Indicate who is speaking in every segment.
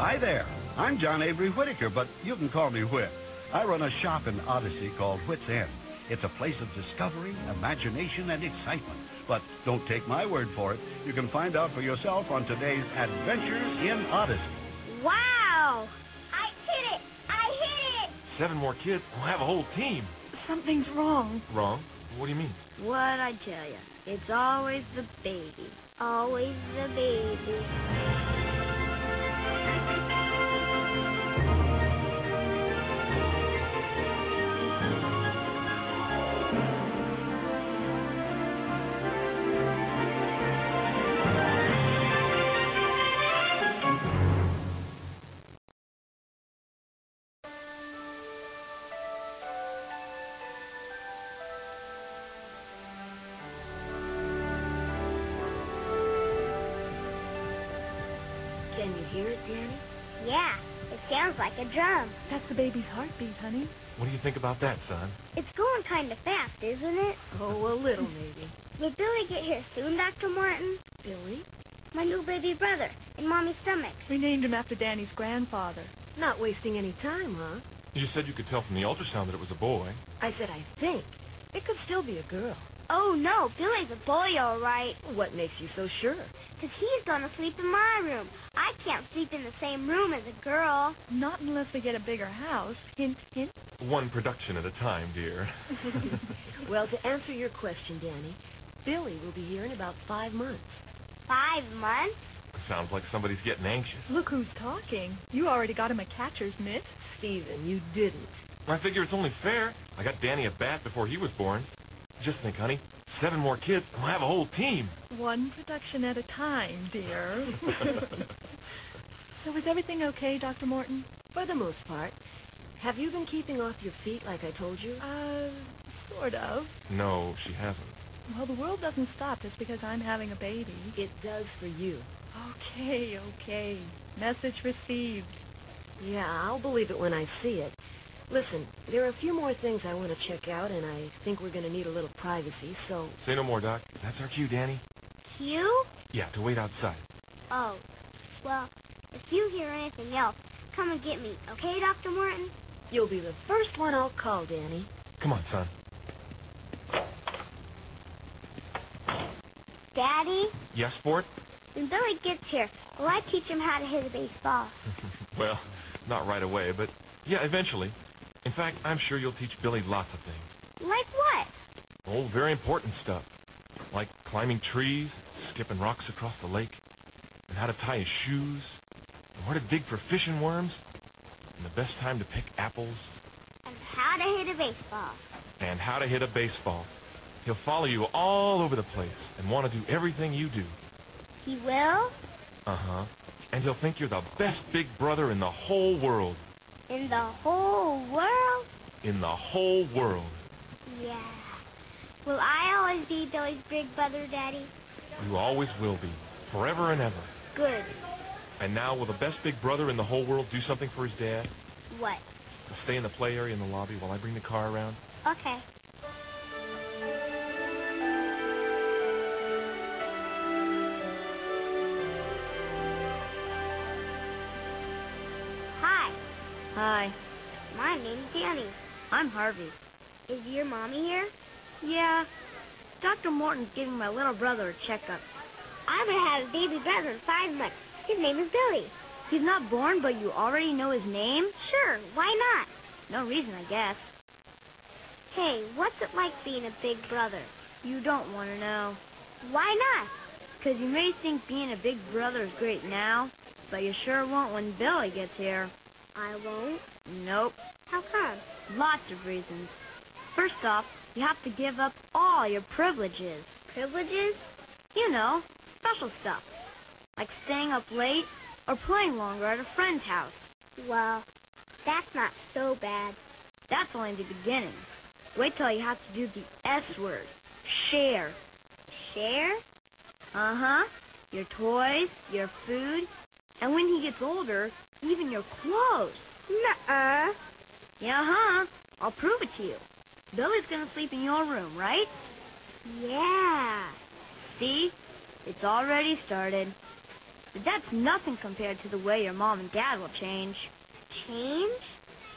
Speaker 1: Hi there. I'm John Avery Whitaker, but you can call me Whit. I run a shop in Odyssey called Whit's End. It's a place of discovery, imagination, and excitement. But don't take my word for it. You can find out for yourself on today's Adventures in Odyssey.
Speaker 2: Wow! I hit it! I hit it!
Speaker 3: Seven more kids? We'll have a whole team.
Speaker 4: Something's wrong.
Speaker 3: Wrong? What do you mean?
Speaker 2: What I tell you, it's always the baby. Always the baby.
Speaker 4: Can you hear it, Danny?
Speaker 2: Yeah, it sounds like a drum.
Speaker 4: That's the baby's heartbeat, honey.
Speaker 3: What do you think about that, son?
Speaker 2: It's going kind of fast, isn't it?
Speaker 4: Oh, a little maybe.
Speaker 2: Will Billy get here soon, Dr. Martin?
Speaker 4: Billy?
Speaker 2: My new baby brother in mommy's stomach.
Speaker 5: We named him after Danny's grandfather.
Speaker 4: Not wasting any time, huh?
Speaker 3: You said you could tell from the ultrasound that it was a boy.
Speaker 4: I said I think. It could still be a girl.
Speaker 2: Oh no, Billy's a boy, all right.
Speaker 4: What makes you so sure?
Speaker 2: 'Cause he's gonna sleep in my room. I can't sleep in the same room as a girl.
Speaker 5: Not unless they get a bigger house. Hint, hint.
Speaker 3: One production at a time, dear.
Speaker 4: Well, to answer your question, Danny, Billy will be here in about five months.
Speaker 2: Five months?
Speaker 3: Sounds like somebody's getting anxious.
Speaker 5: Look who's talking. You already got him a catcher's mitt.
Speaker 4: Stephen, you didn't.
Speaker 3: I figure it's only fair. I got Danny a bat before he was born. Just think, honey. Seven more kids, and we'll have a whole team.
Speaker 5: One production at a time, dear. so is everything okay, Dr. Morton?
Speaker 4: For the most part. Have you been keeping off your feet like I told you?
Speaker 5: Uh, sort of.
Speaker 3: no, she hasn't.
Speaker 5: Well, the world doesn't stop just because I'm having a baby.
Speaker 4: It does for you.
Speaker 5: Okay, okay. Message received.
Speaker 4: Yeah, I'll believe it when I see it. Listen, there are a few more things I want to check out, and I think we're going to need a little privacy, so.
Speaker 3: Say no more, Doc. That's our cue, Danny.
Speaker 2: You?
Speaker 3: Yeah, to wait outside.
Speaker 2: Oh. Well, if you hear anything else, come and get me, okay, Dr. Morton?
Speaker 4: You'll be the first one I'll call, Danny.
Speaker 3: Come on, son.
Speaker 2: Daddy?
Speaker 3: Yes, sport?
Speaker 2: When Billy gets here, will I teach him how to hit a baseball?
Speaker 3: well, not right away, but yeah, eventually. In fact, I'm sure you'll teach Billy lots of things.
Speaker 2: Like what?
Speaker 3: Oh, very important stuff. Like climbing trees, skipping rocks across the lake, and how to tie his shoes, and where to dig for fish and worms, and the best time to pick apples,
Speaker 2: And how to hit a baseball.
Speaker 3: and how to hit a baseball. He'll follow you all over the place and want to do everything you do.
Speaker 2: He will?
Speaker 3: Uh huh. And he'll think you're the best big brother in the whole world.
Speaker 2: In the whole world?
Speaker 3: In the whole world.
Speaker 2: Yeah. Will I always be Billy's big brother, Daddy?
Speaker 3: You always will be, forever and ever.
Speaker 2: Good.
Speaker 3: And now, will the best big brother in the whole world do something for his dad?
Speaker 2: What?
Speaker 3: Stay in the play area in the lobby while I bring the car around.
Speaker 2: Okay. Hi,
Speaker 6: Hi,
Speaker 2: my name's Danny.
Speaker 6: I'm Harvey.
Speaker 2: Is your mommy here?
Speaker 6: Yeah, Dr. Morton's giving my little brother a checkup.
Speaker 2: I'm gonna have a baby brother in five months. His name is Billy.
Speaker 6: He's not born, but you already know his name?
Speaker 2: Sure, why not?
Speaker 6: No reason, I guess.
Speaker 2: Hey, what's it like being a big brother?
Speaker 6: You don't want to know.
Speaker 2: Why not?
Speaker 6: 'Cause you may think being a big brother is great now, but you sure won't when Billy gets here.
Speaker 2: I won't.
Speaker 6: Nope.
Speaker 2: How come?
Speaker 6: Lots of reasons. First off, you have to give up all your privileges.
Speaker 2: Privileges?
Speaker 6: You know, special stuff. Like staying up late or playing longer at a friend's house.
Speaker 2: Well, that's not so bad.
Speaker 6: That's only the beginning. Wait till you have to do the S word. Share.
Speaker 2: Share?
Speaker 6: Uh huh. Your toys, your food, and when he gets older, even your clothes.
Speaker 2: Nuh-uh.
Speaker 6: Yeah, huh. I'll prove it to you. Billy's gonna sleep in your room, right?
Speaker 2: Yeah.
Speaker 6: See? It's already started. But that's nothing compared to the way your mom and dad will change.
Speaker 2: Change?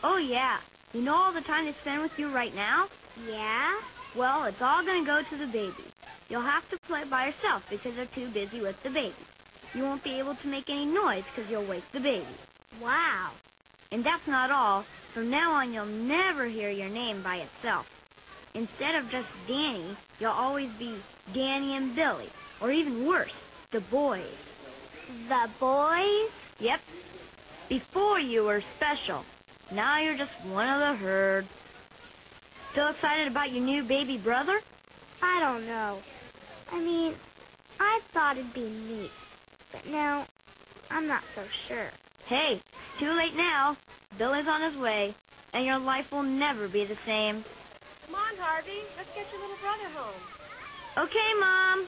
Speaker 6: Oh, yeah. You know all the time they spend with you right now?
Speaker 2: Yeah?
Speaker 6: Well, it's all going to go to the baby. You'll have to play by yourself because they're too busy with the baby. You won't be able to make any noise because you'll wake the baby.
Speaker 2: Wow.
Speaker 6: And that's not all. From now on, you'll never hear your name by itself. Instead of just Danny, you'll always be Danny and Billy, or even worse, the boys.
Speaker 2: The boys?
Speaker 6: Yep. Before you were special. Now you're just one of the herd. Still excited about your new baby brother?
Speaker 2: I don't know. I mean, I thought it'd be neat, but now I'm not so sure.
Speaker 6: Hey, it's too late now. Billy's on his way, and your life will never be the same.
Speaker 7: Come on, Harvey. Let's get your little brother home.
Speaker 6: Okay, Mom.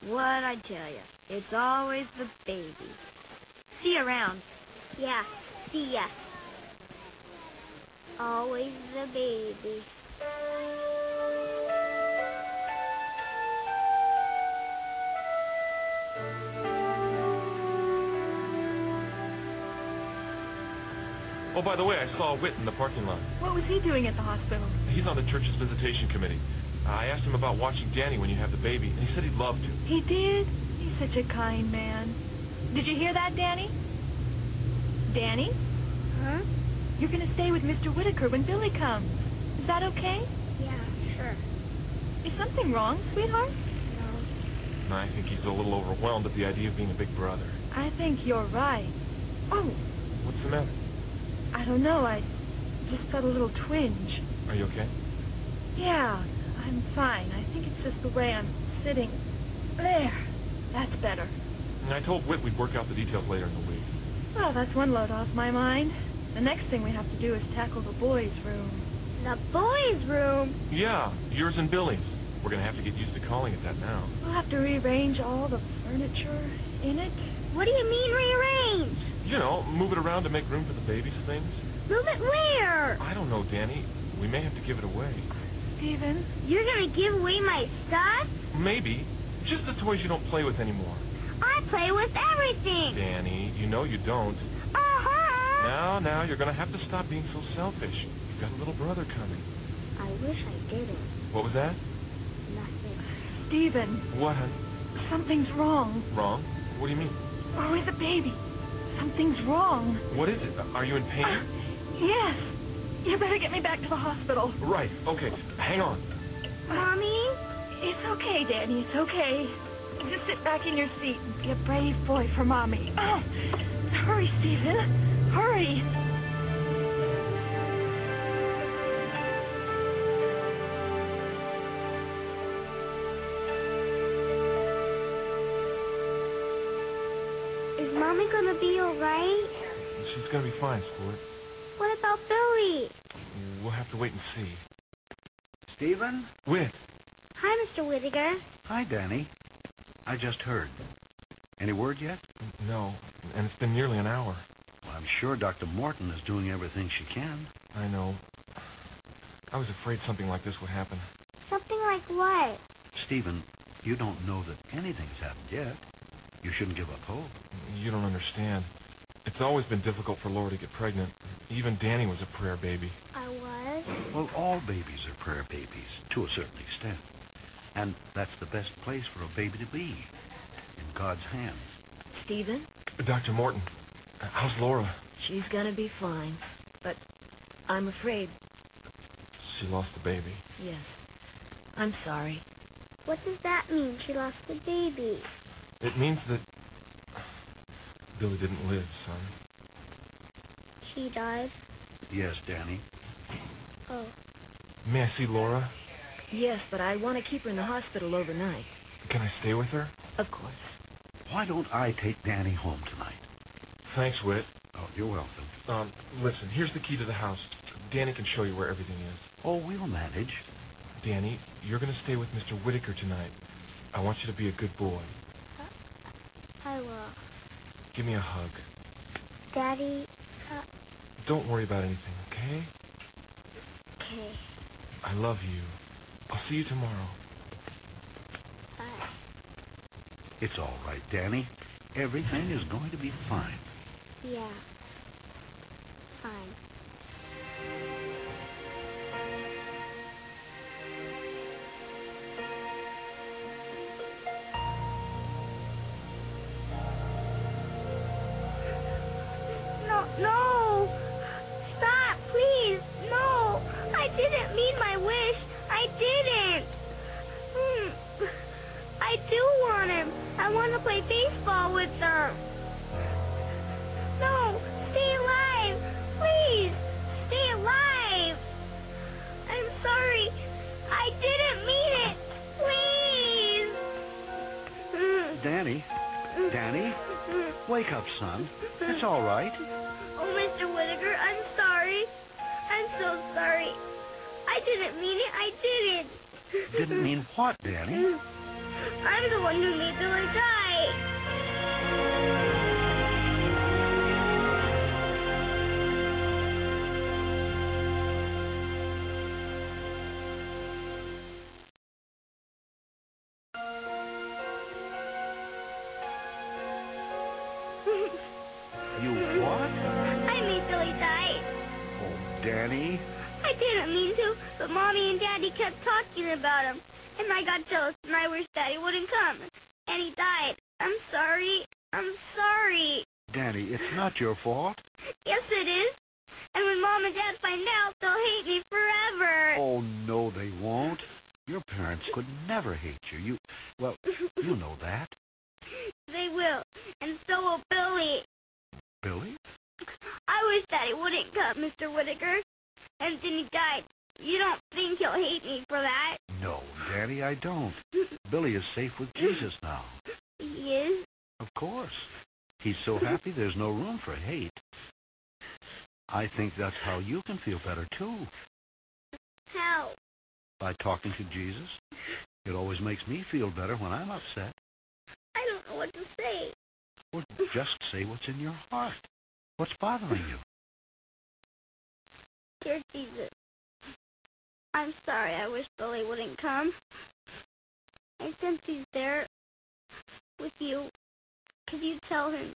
Speaker 6: What'd I tell you? It's always the baby. See you around.
Speaker 2: Yeah, see ya. Always the baby.
Speaker 3: Oh, by the way, I saw Whit in the parking lot.
Speaker 5: What was he doing at the hospital?
Speaker 3: He's on the church's visitation committee. I asked him about watching Danny when you have the baby, and he said he'd love to.
Speaker 5: He did? He's such a kind man. Did you hear that, Danny? Danny?
Speaker 2: Huh?
Speaker 5: You're going to stay with Mr. Whitaker when Billy comes. Is that okay?
Speaker 2: Yeah, sure.
Speaker 5: Is something wrong, sweetheart?
Speaker 2: No.
Speaker 3: And I think he's a little overwhelmed at the idea of being a big brother.
Speaker 5: I think you're right. Oh,
Speaker 3: What's the matter?
Speaker 5: I don't know. I just felt a little twinge.
Speaker 3: Are you okay?
Speaker 5: Yeah, I'm fine. I think it's just the way I'm sitting. There. That's better.
Speaker 3: And I told Whit we'd work out the details later in the week.
Speaker 5: Well, that's one load off my mind. The next thing we have to do is tackle the boys' room.
Speaker 2: The boys' room.
Speaker 3: Yeah, yours and Billy's. We're going to have to get used to calling it that now.
Speaker 5: We'll have to rearrange all the furniture in it.
Speaker 2: What do you mean rearrange?
Speaker 3: You know, move it around to make room for the baby's things.
Speaker 2: Move it where?
Speaker 3: I don't know, Danny. We may have to give it away.
Speaker 5: Stephen,
Speaker 2: You're gonna give away my stuff?
Speaker 3: Maybe. Just the toys you don't play with anymore.
Speaker 2: I play with everything.
Speaker 3: Danny, you know you don't.
Speaker 2: Uh huh.
Speaker 3: Now, now, you're going to have to stop being so selfish. You've got a little brother coming.
Speaker 2: I wish I didn't.
Speaker 3: What was that?
Speaker 2: Nothing.
Speaker 5: Stephen,
Speaker 3: What, hon?
Speaker 5: something's wrong.
Speaker 3: Wrong? What do you mean?
Speaker 5: Oh, with the baby. Something's wrong. Uh,
Speaker 3: What is it? Are you in pain?
Speaker 5: Yes. You better get me back to the hospital.
Speaker 3: Right. Okay. Hang on.
Speaker 2: Mommy?
Speaker 5: It's okay, Danny. It's okay. Just sit back in your seat and be a brave boy for Mommy. Oh, hurry, Stephen. Hurry.
Speaker 2: Is Mommy gonna be alright?
Speaker 3: She's going to be fine, Sport.
Speaker 2: What about Billy?
Speaker 3: We'll have to wait and see.
Speaker 1: Stephen?
Speaker 3: Whit,
Speaker 2: Hi, Mr. Whittaker.
Speaker 1: Hi, Danny. I just heard. Any word yet?
Speaker 3: No, and it's been nearly an hour.
Speaker 1: Well, I'm sure Dr. Morton is doing everything she can.
Speaker 3: I know. I was afraid something like this would happen.
Speaker 2: Something like what?
Speaker 1: Stephen, you don't know that anything's happened yet. You shouldn't give up hope.
Speaker 3: You don't understand. It's always been difficult for Laura to get pregnant. Even Danny was a prayer baby.
Speaker 2: I was.
Speaker 1: Well, all babies are prayer babies, to a certain extent. And that's the best place for a baby to be in God's hands.
Speaker 4: Stephen,
Speaker 3: Dr. Morton, how's Laura?
Speaker 4: she's gonna be fine. But I'm afraid,
Speaker 3: She lost the baby.
Speaker 4: yes. I'm sorry.
Speaker 2: What does that mean? She lost the baby.
Speaker 3: It means that Billy didn't live, son.
Speaker 2: She died.
Speaker 1: Yes, Danny.
Speaker 2: Oh.
Speaker 3: May I see Laura?
Speaker 4: Yes, but I want to keep her in the hospital overnight.
Speaker 3: Can I stay with her?
Speaker 4: Of course.
Speaker 1: Why don't I take Danny home tonight?
Speaker 3: Thanks, Whit.
Speaker 1: Oh, you're welcome.
Speaker 3: Um, listen, here's the key to the house. Danny can show you where everything is.
Speaker 1: Oh, we'll manage.
Speaker 3: Danny, you're going to stay with Mr. Whitaker tonight. I want you to be a good boy.
Speaker 2: I will.
Speaker 3: Give me a hug.
Speaker 2: Daddy.
Speaker 3: Don't worry about anything, okay?
Speaker 2: Okay.
Speaker 3: I love you. I'll see you tomorrow.
Speaker 2: Bye.
Speaker 6: uh,
Speaker 1: It's all right, Danny. Everything is going to be fine.
Speaker 6: Yeah. Fine. No, no! Stop, please! No! I didn't mean my wish! I didn't! Hmm. I do want him! I want to play baseball with him! No! Stay alive! Please! Stay alive! I'm sorry! I didn't mean it! Please! Hmm.
Speaker 1: Danny, Danny,
Speaker 6: Hmm.
Speaker 1: wake up, son. It's all right.
Speaker 6: Oh, Mr. Whitaker, I'm sorry. I'm so sorry. I didn't mean it. I didn't.
Speaker 1: Didn't mean what, Danny?
Speaker 6: I'm the one who made Billy die.
Speaker 1: You what?
Speaker 6: I made Billy die.
Speaker 1: Oh, Danny.
Speaker 6: I didn't mean to, but Mommy and Daddy kept talking about him. And I got jealous, and I wished Daddy wouldn't come. And he died. I'm sorry. I'm sorry.
Speaker 1: Danny, it's not your fault.
Speaker 6: Yes, it is. And when Mom and Dad find out, they'll hate me forever.
Speaker 1: Oh, no, they won't. Your parents could never hate you. You, well, you know that.
Speaker 6: They will. And so will Billy.
Speaker 1: Billy?
Speaker 6: I wish Daddy wouldn't come, Mr. Whitaker. And then he died. You don't think he'll hate me for that?
Speaker 1: No, Danny, I don't. Billy is safe with Jesus now.
Speaker 6: He is.
Speaker 1: Of course. He's so happy there's no room for hate. I think that's how you can feel better, too,
Speaker 6: How?
Speaker 1: by talking to Jesus. It always makes me feel better when I'm upset.
Speaker 6: I don't know what to say.
Speaker 1: Well, just say what's in your heart. What's bothering you?
Speaker 6: Dear Jesus, I'm sorry. I wish Billy wouldn't come. And since he's there with you, could you tell him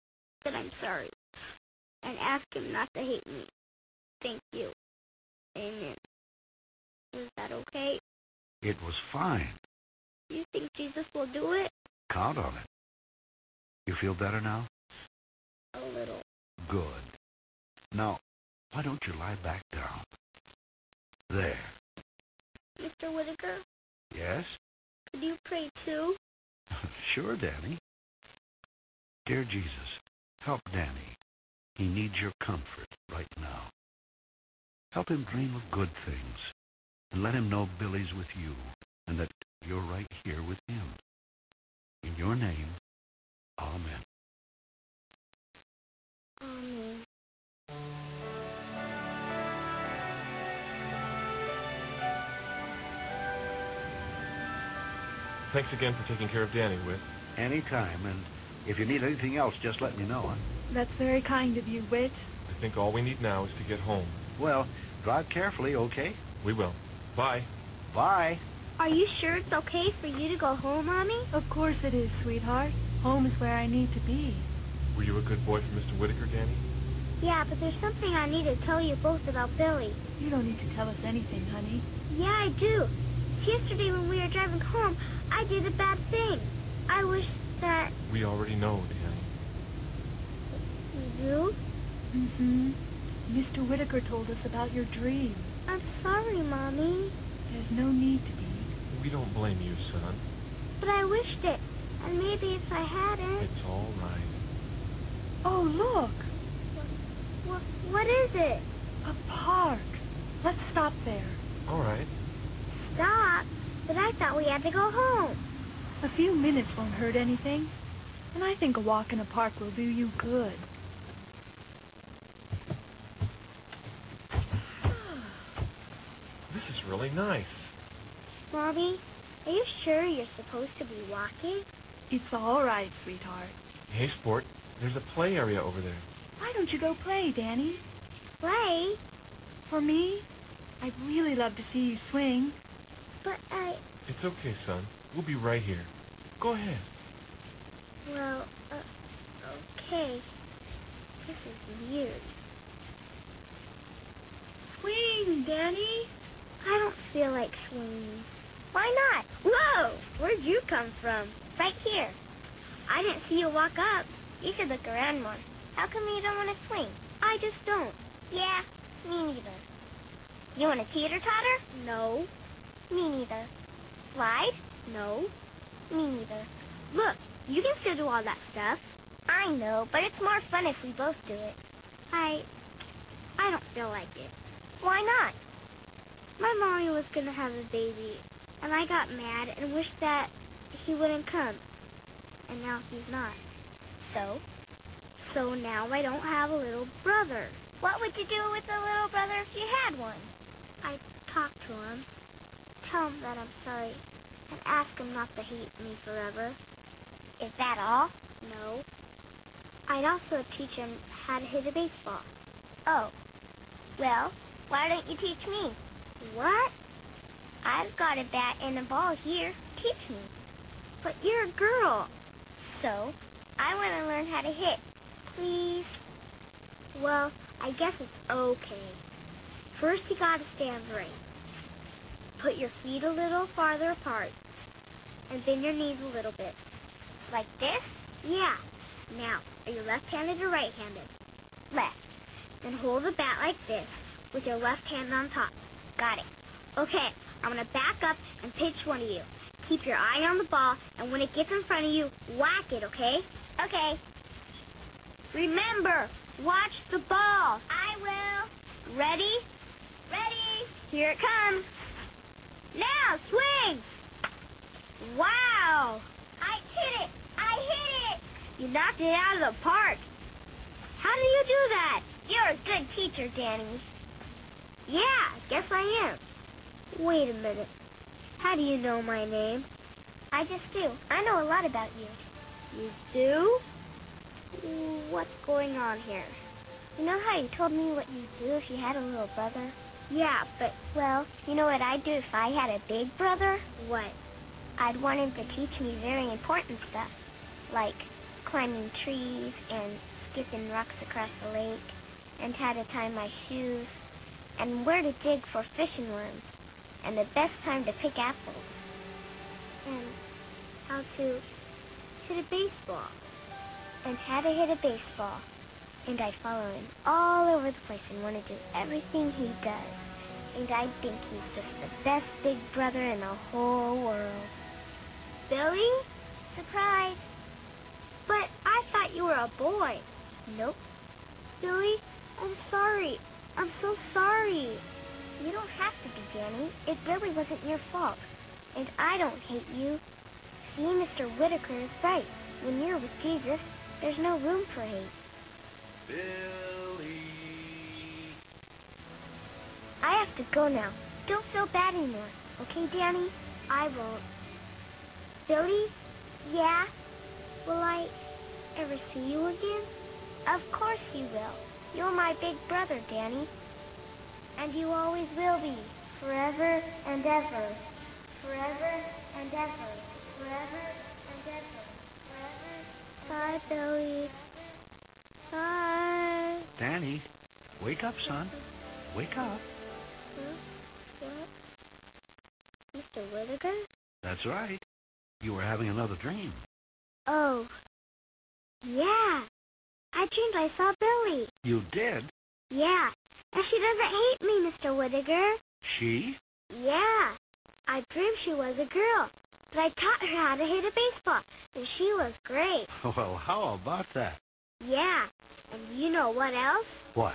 Speaker 6: that I'm sorry and ask him not to hate me? Thank you. Amen. Is that okay?
Speaker 1: It was fine.
Speaker 6: You think Jesus will do it?
Speaker 1: Count on it. You feel better now?
Speaker 6: A little.
Speaker 1: Good. Now, why don't you lie back down? There.
Speaker 6: Mr. Whitaker,
Speaker 1: Yes?
Speaker 6: could you pray too?
Speaker 1: sure, Danny. Dear Jesus, help Danny. He needs your comfort right now. Help him dream of good things, and let him know Billy's with you, and that you're right here with him. In your name, Amen.
Speaker 6: Amen.
Speaker 3: Thanks again for taking care of Danny, Whit.
Speaker 1: Anytime, and if you need anything else, just let me know.
Speaker 5: That's very kind of you, Whit.
Speaker 3: I think all we need now is to get home.
Speaker 1: Well, drive carefully, okay?
Speaker 3: We will. Bye.
Speaker 1: Bye.
Speaker 6: Are you sure it's okay for you to go home, Mommy?
Speaker 5: Of course it is, sweetheart. Home is where I need to be.
Speaker 3: Were you a good boy for Mr. Whitaker, Danny?
Speaker 6: Yeah, but there's something I need to tell you both about Billy.
Speaker 5: You don't need to tell us anything, honey.
Speaker 6: Yeah, I do. Yesterday when we were driving home, I did a bad thing. I wish that
Speaker 3: We already know, Danny.
Speaker 6: you.
Speaker 5: Mm-hmm. Mr. Whitaker told us about your dream.
Speaker 6: I'm sorry, Mommy,
Speaker 5: There's no need to be.
Speaker 3: We don't blame you, son.
Speaker 6: but I wished it. And maybe if I hadn't.
Speaker 3: It's all right.
Speaker 5: Oh, look!
Speaker 6: What, what is it?
Speaker 5: A park. Let's stop there.
Speaker 3: All right.
Speaker 6: Stop. But I thought we had to go home.
Speaker 5: A few minutes won't hurt anything. And I think a walk in a park will do you good.
Speaker 3: This is really nice.
Speaker 6: Mommy, are you sure you're supposed to be walking?
Speaker 5: It's all right, sweetheart.
Speaker 3: Hey, sport. There's a play area over there.
Speaker 5: Why don't you go play, Danny?
Speaker 6: Play?
Speaker 5: For me, I'd really love to see you swing.
Speaker 6: But I.
Speaker 3: It's okay, son. We'll be right here. Go ahead.
Speaker 6: Well, uh,
Speaker 2: Okay. This is weird.
Speaker 7: Swing, Danny.
Speaker 2: I don't feel like swinging. Why not? Whoa! Where'd you come from? Right here. I didn't see you walk up. You should look around more. How come you don't want to swing? I just don't. Yeah, me neither. You want to teeter totter? No. Me neither. Slide? No. Me neither. Look, you can still do all that stuff. I know, but it's more fun if we both do it. I. I don't feel like it. Why not? My mommy was going to have a baby, and I got mad and wished that he wouldn't come. And now he's not. So? So now I don't have a little brother. What would you do with a little brother if you had one? I'd talk to him, tell him that I'm sorry, and ask him not to hate me forever. Is that all? No. I'd also teach him how to hit a baseball. Oh. Well, why don't you teach me? What? I've got a bat and a ball here. Teach me. But you're a girl. So, I want to learn how to hit. Please. Well, I guess it's okay. First, you gotta stand right. Put your feet a little farther apart, and bend your knees a little bit. Like this? Yeah. Now, are you left handed or right handed? Left. Then hold the bat like this, with your left hand on top. Got it. Okay, I'm gonna back up and pitch one to you. Keep your eye on the ball, and when it gets in front of you, whack it, okay? Okay. Remember, watch the ball. I will. Ready? Ready. Here it comes. Now, swing. Wow. I hit it. I hit it. You knocked it out of the park. How do you do that? You're a good teacher, Danny. Yeah, guess I am. Wait a minute. How do you know my name? I just do. I know a lot about you. You do? What's going on here? You know how you told me what you'd do if you had a little brother? Yeah, but. Well, you know what I'd do if I had a big brother? What? I'd want him to teach me very important stuff, like climbing trees and skipping rocks across the lake, and how to tie my shoes, and where to dig for fishing worms, and the best time to pick apples, and how to hit a baseball and how to hit a baseball. And I'd follow him all over the place and want to do everything he does. And I think he's just the best big brother in the whole world. Billy? Surprise. But I thought you were a boy. Nope. Billy, I'm sorry. I'm so sorry. You don't have to be, Danny. It really wasn't your fault. And I don't hate you. See, Mr. Whitaker is right. When you're with Jesus, there's no room for hate.
Speaker 3: Billy.
Speaker 2: I have to go now. Don't feel bad anymore. Okay, Danny? I won't. Billy? Yeah? Will I ever see you again? Of course you will. You're my big brother, Danny. And you always will be. Forever and ever. Forever and ever. Forever and ever. Forever. Bye, Billy. Bye.
Speaker 1: Danny, wake up, son. Wake up.
Speaker 2: Huh? What? Mr. Whittaker?
Speaker 1: That's right. You were having another dream.
Speaker 2: Oh. Yeah. I dreamed I saw Billy.
Speaker 1: You did?
Speaker 2: Yeah. And she doesn't hate me, Mr. Whittaker.
Speaker 1: She?
Speaker 2: Yeah. I dreamed she was a girl, but I taught her how to hit a baseball, and she was great.
Speaker 1: Well, how about that?
Speaker 2: Yeah. And you know what else?
Speaker 1: What?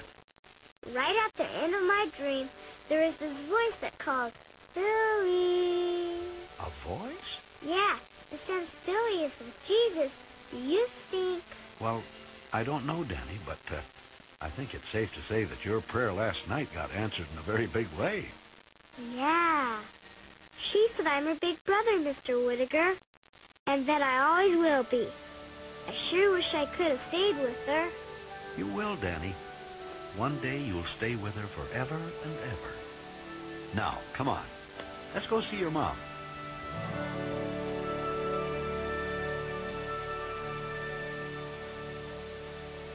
Speaker 2: Right at the end of my dream, there is this voice that calls, Billy.
Speaker 1: A voice?
Speaker 2: Yeah, and since Billy is with Jesus, do you think?
Speaker 1: Well, I don't know, Danny, but uh, I think it's safe to say that your prayer last night got answered in a very big way.
Speaker 2: Yeah. She said I'm her big brother, Mr. Whittaker, and that I always will be. I sure wish I could have stayed with her.
Speaker 1: You will, Danny. One day you'll stay with her forever and ever. Now, come on. Let's go see your mom.